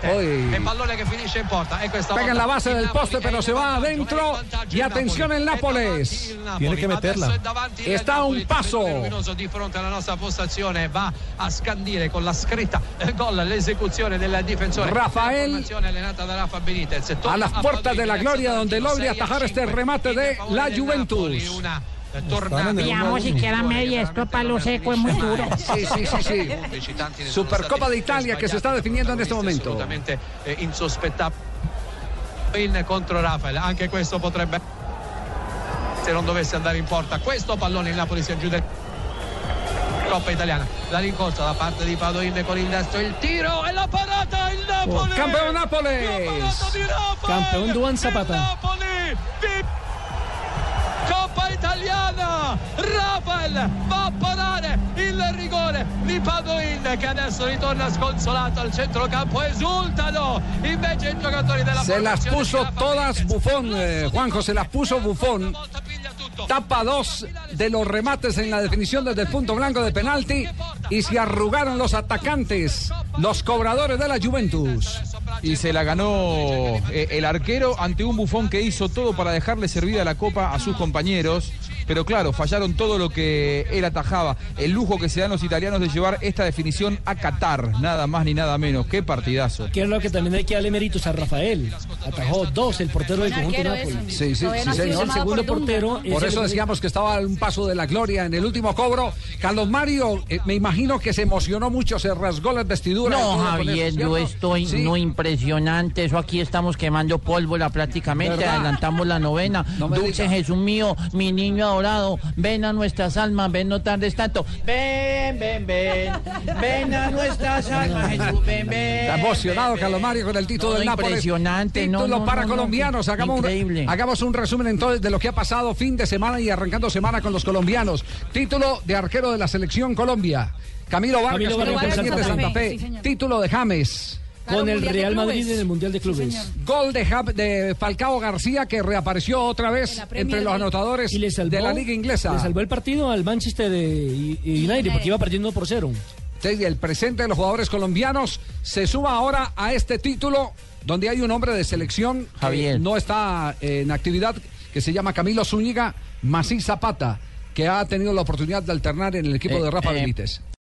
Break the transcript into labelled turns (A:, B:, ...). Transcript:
A: Poi-
B: E pallone che finisce in porta. E questa
A: Pega
B: volta
A: la base
B: il
A: del
B: Napoli
A: poste,
B: è
A: però
B: in
A: se va
B: vantaggio,
A: adentro.
B: è in vantaggio
A: Y
B: il Napoli.
A: attiene il
B: È
A: Nápoles.
B: davanti il Napoli.
C: Tiene che metterla.
B: Adesso è davanti
A: E
B: il
A: sta a
B: Napoli,
A: un passo.
B: Fabrizio Luminoso di fronte alla nostra postazione va a scandire con la scritta eh, gol l'esecuzione del difensore.
A: Rafael.
B: Formazione allenata da Rafa Benitez. Torna
A: A las
B: Paolo
A: puertas de la
B: Iglesias,
A: gloria,
B: davanti,
A: donde logra
B: 6 a
A: atajar este
B: 5.
A: remate de
B: In favore
A: la
B: del
A: Juventus.
B: Napoli, una, eh,
C: Stanno nel
B: tornata.
C: Vediamo
D: si queda media, esto palo seco es muy duro.
A: Sì, sì, sì, sì. Supercoppa d'Italia che si sta definendo in questo momento.
B: Assolutamente eh, insospettabile. In contro Rafael, anche questo potrebbe se non dovesse andare in porta questo pallone il Napoli si aggiude Coppa italiana, la rincorsa da parte di Padoin con il destro, il tiro e la parata il
A: Oh,
B: Napoli.
A: Campeón Nápoles.
B: La parata di Rafael.
C: Campeón Duan Zapata.
B: Il Napoli di Coppa Italiana Rafael va a parare il rigore di Padoin che adesso ritorna sconsolato al centrocampo esultano invece i giocatori della
A: Se las
B: formazione
A: puso
B: di Rafa
A: todas
B: Benitez.
A: Buffon, eh,
B: Rosso di
A: Juanjo, se las
B: Conte,
A: puso
B: e ancora
A: Buffon.
B: una volta piglia tutto.
A: Tapa dos de los remates en la definición desde el punto blanco de penalti y se arrugaron los atacantes, los cobradores de la Juventus.
E: Y se la ganó eh, el arquero ante un bufón que hizo todo para dejarle servida la copa a sus compañeros. Pero claro, fallaron todo lo que él atajaba. El lujo que se dan los italianos de llevar esta definición a Qatar, nada más ni nada menos. Qué partidazo.
F: Que es lo que también hay que darle méritos a Rafael. Atajó dos el portero del conjunto
D: Arquero
F: Napoli.
D: es.
A: Sí, sí,
D: Todavía
A: sí,
D: no ha sido
A: señor.
F: El
D: llamado
F: segundo
D: por Dunga,
F: portero
D: ¿no?
F: es
A: Por
F: el-
A: eso decíamos que estaba a un paso de la gloria en el último cobro. Carlos Mario, eh, me imagino que se emocionó mucho, se rasgó las vestiduras.
D: No,
A: Estuvo con
D: Javier,
A: eso,
D: yo
A: ¿cierto?
D: estoy
A: Sí.
D: no impresionante. Eso aquí estamos quemando pólvora prácticamente.
A: ¿Verdad?
D: Adelantamos la novena.
A: No me
D: Dulce
A: diga.
D: Jesús mío, mi niño adorado, ven a nuestras almas, ven no tardes tanto. Ven, ven, ven, ven a nuestras almas, Jesús, ven, ven.
A: Está emocionado
D: ven,
A: Carlos
D: ven.
A: Mario con el título
D: No,
A: del
D: no,
A: Nápoles.
D: Impresionante, no,
A: Título
D: no,
A: para
D: no, no,
A: colombianos. hagamos, un-
D: increíble.
A: hagamos un resumen entonces de lo que ha pasado fin de semana y arrancando semana con los colombianos. Título de arquero de la selección Colombia. Camilo Vargas,
F: Camilo
A: con
F: Vargas,
A: Independiente de
F: Santa
A: Santa
G: Fe.
A: Fe.
G: Sí, señor.
A: título de James.
G: Claro,
F: con el
G: Mundial de
F: Real
G: Clubes.
F: Madrid en el Mundial de
G: Sí,
F: Clubes.
G: señor.
A: Gol de, Jap- de Falcao García que reapareció otra vez
G: En la Premier
A: entre los
G: League.
A: anotadores
F: y le salvó,
A: de la liga inglesa.
F: Le salvó el partido al Manchester de y- y United porque iba perdiendo por cero.
A: Entonces, el presente de los jugadores colombianos se suba ahora a este título donde hay un hombre de selección que
D: Javier.
A: no está eh, en actividad que se llama Camilo Zúñiga Mací Zapata que ha tenido la oportunidad de alternar en el equipo
D: Eh,
A: de Rafa
D: eh,
A: Benítez.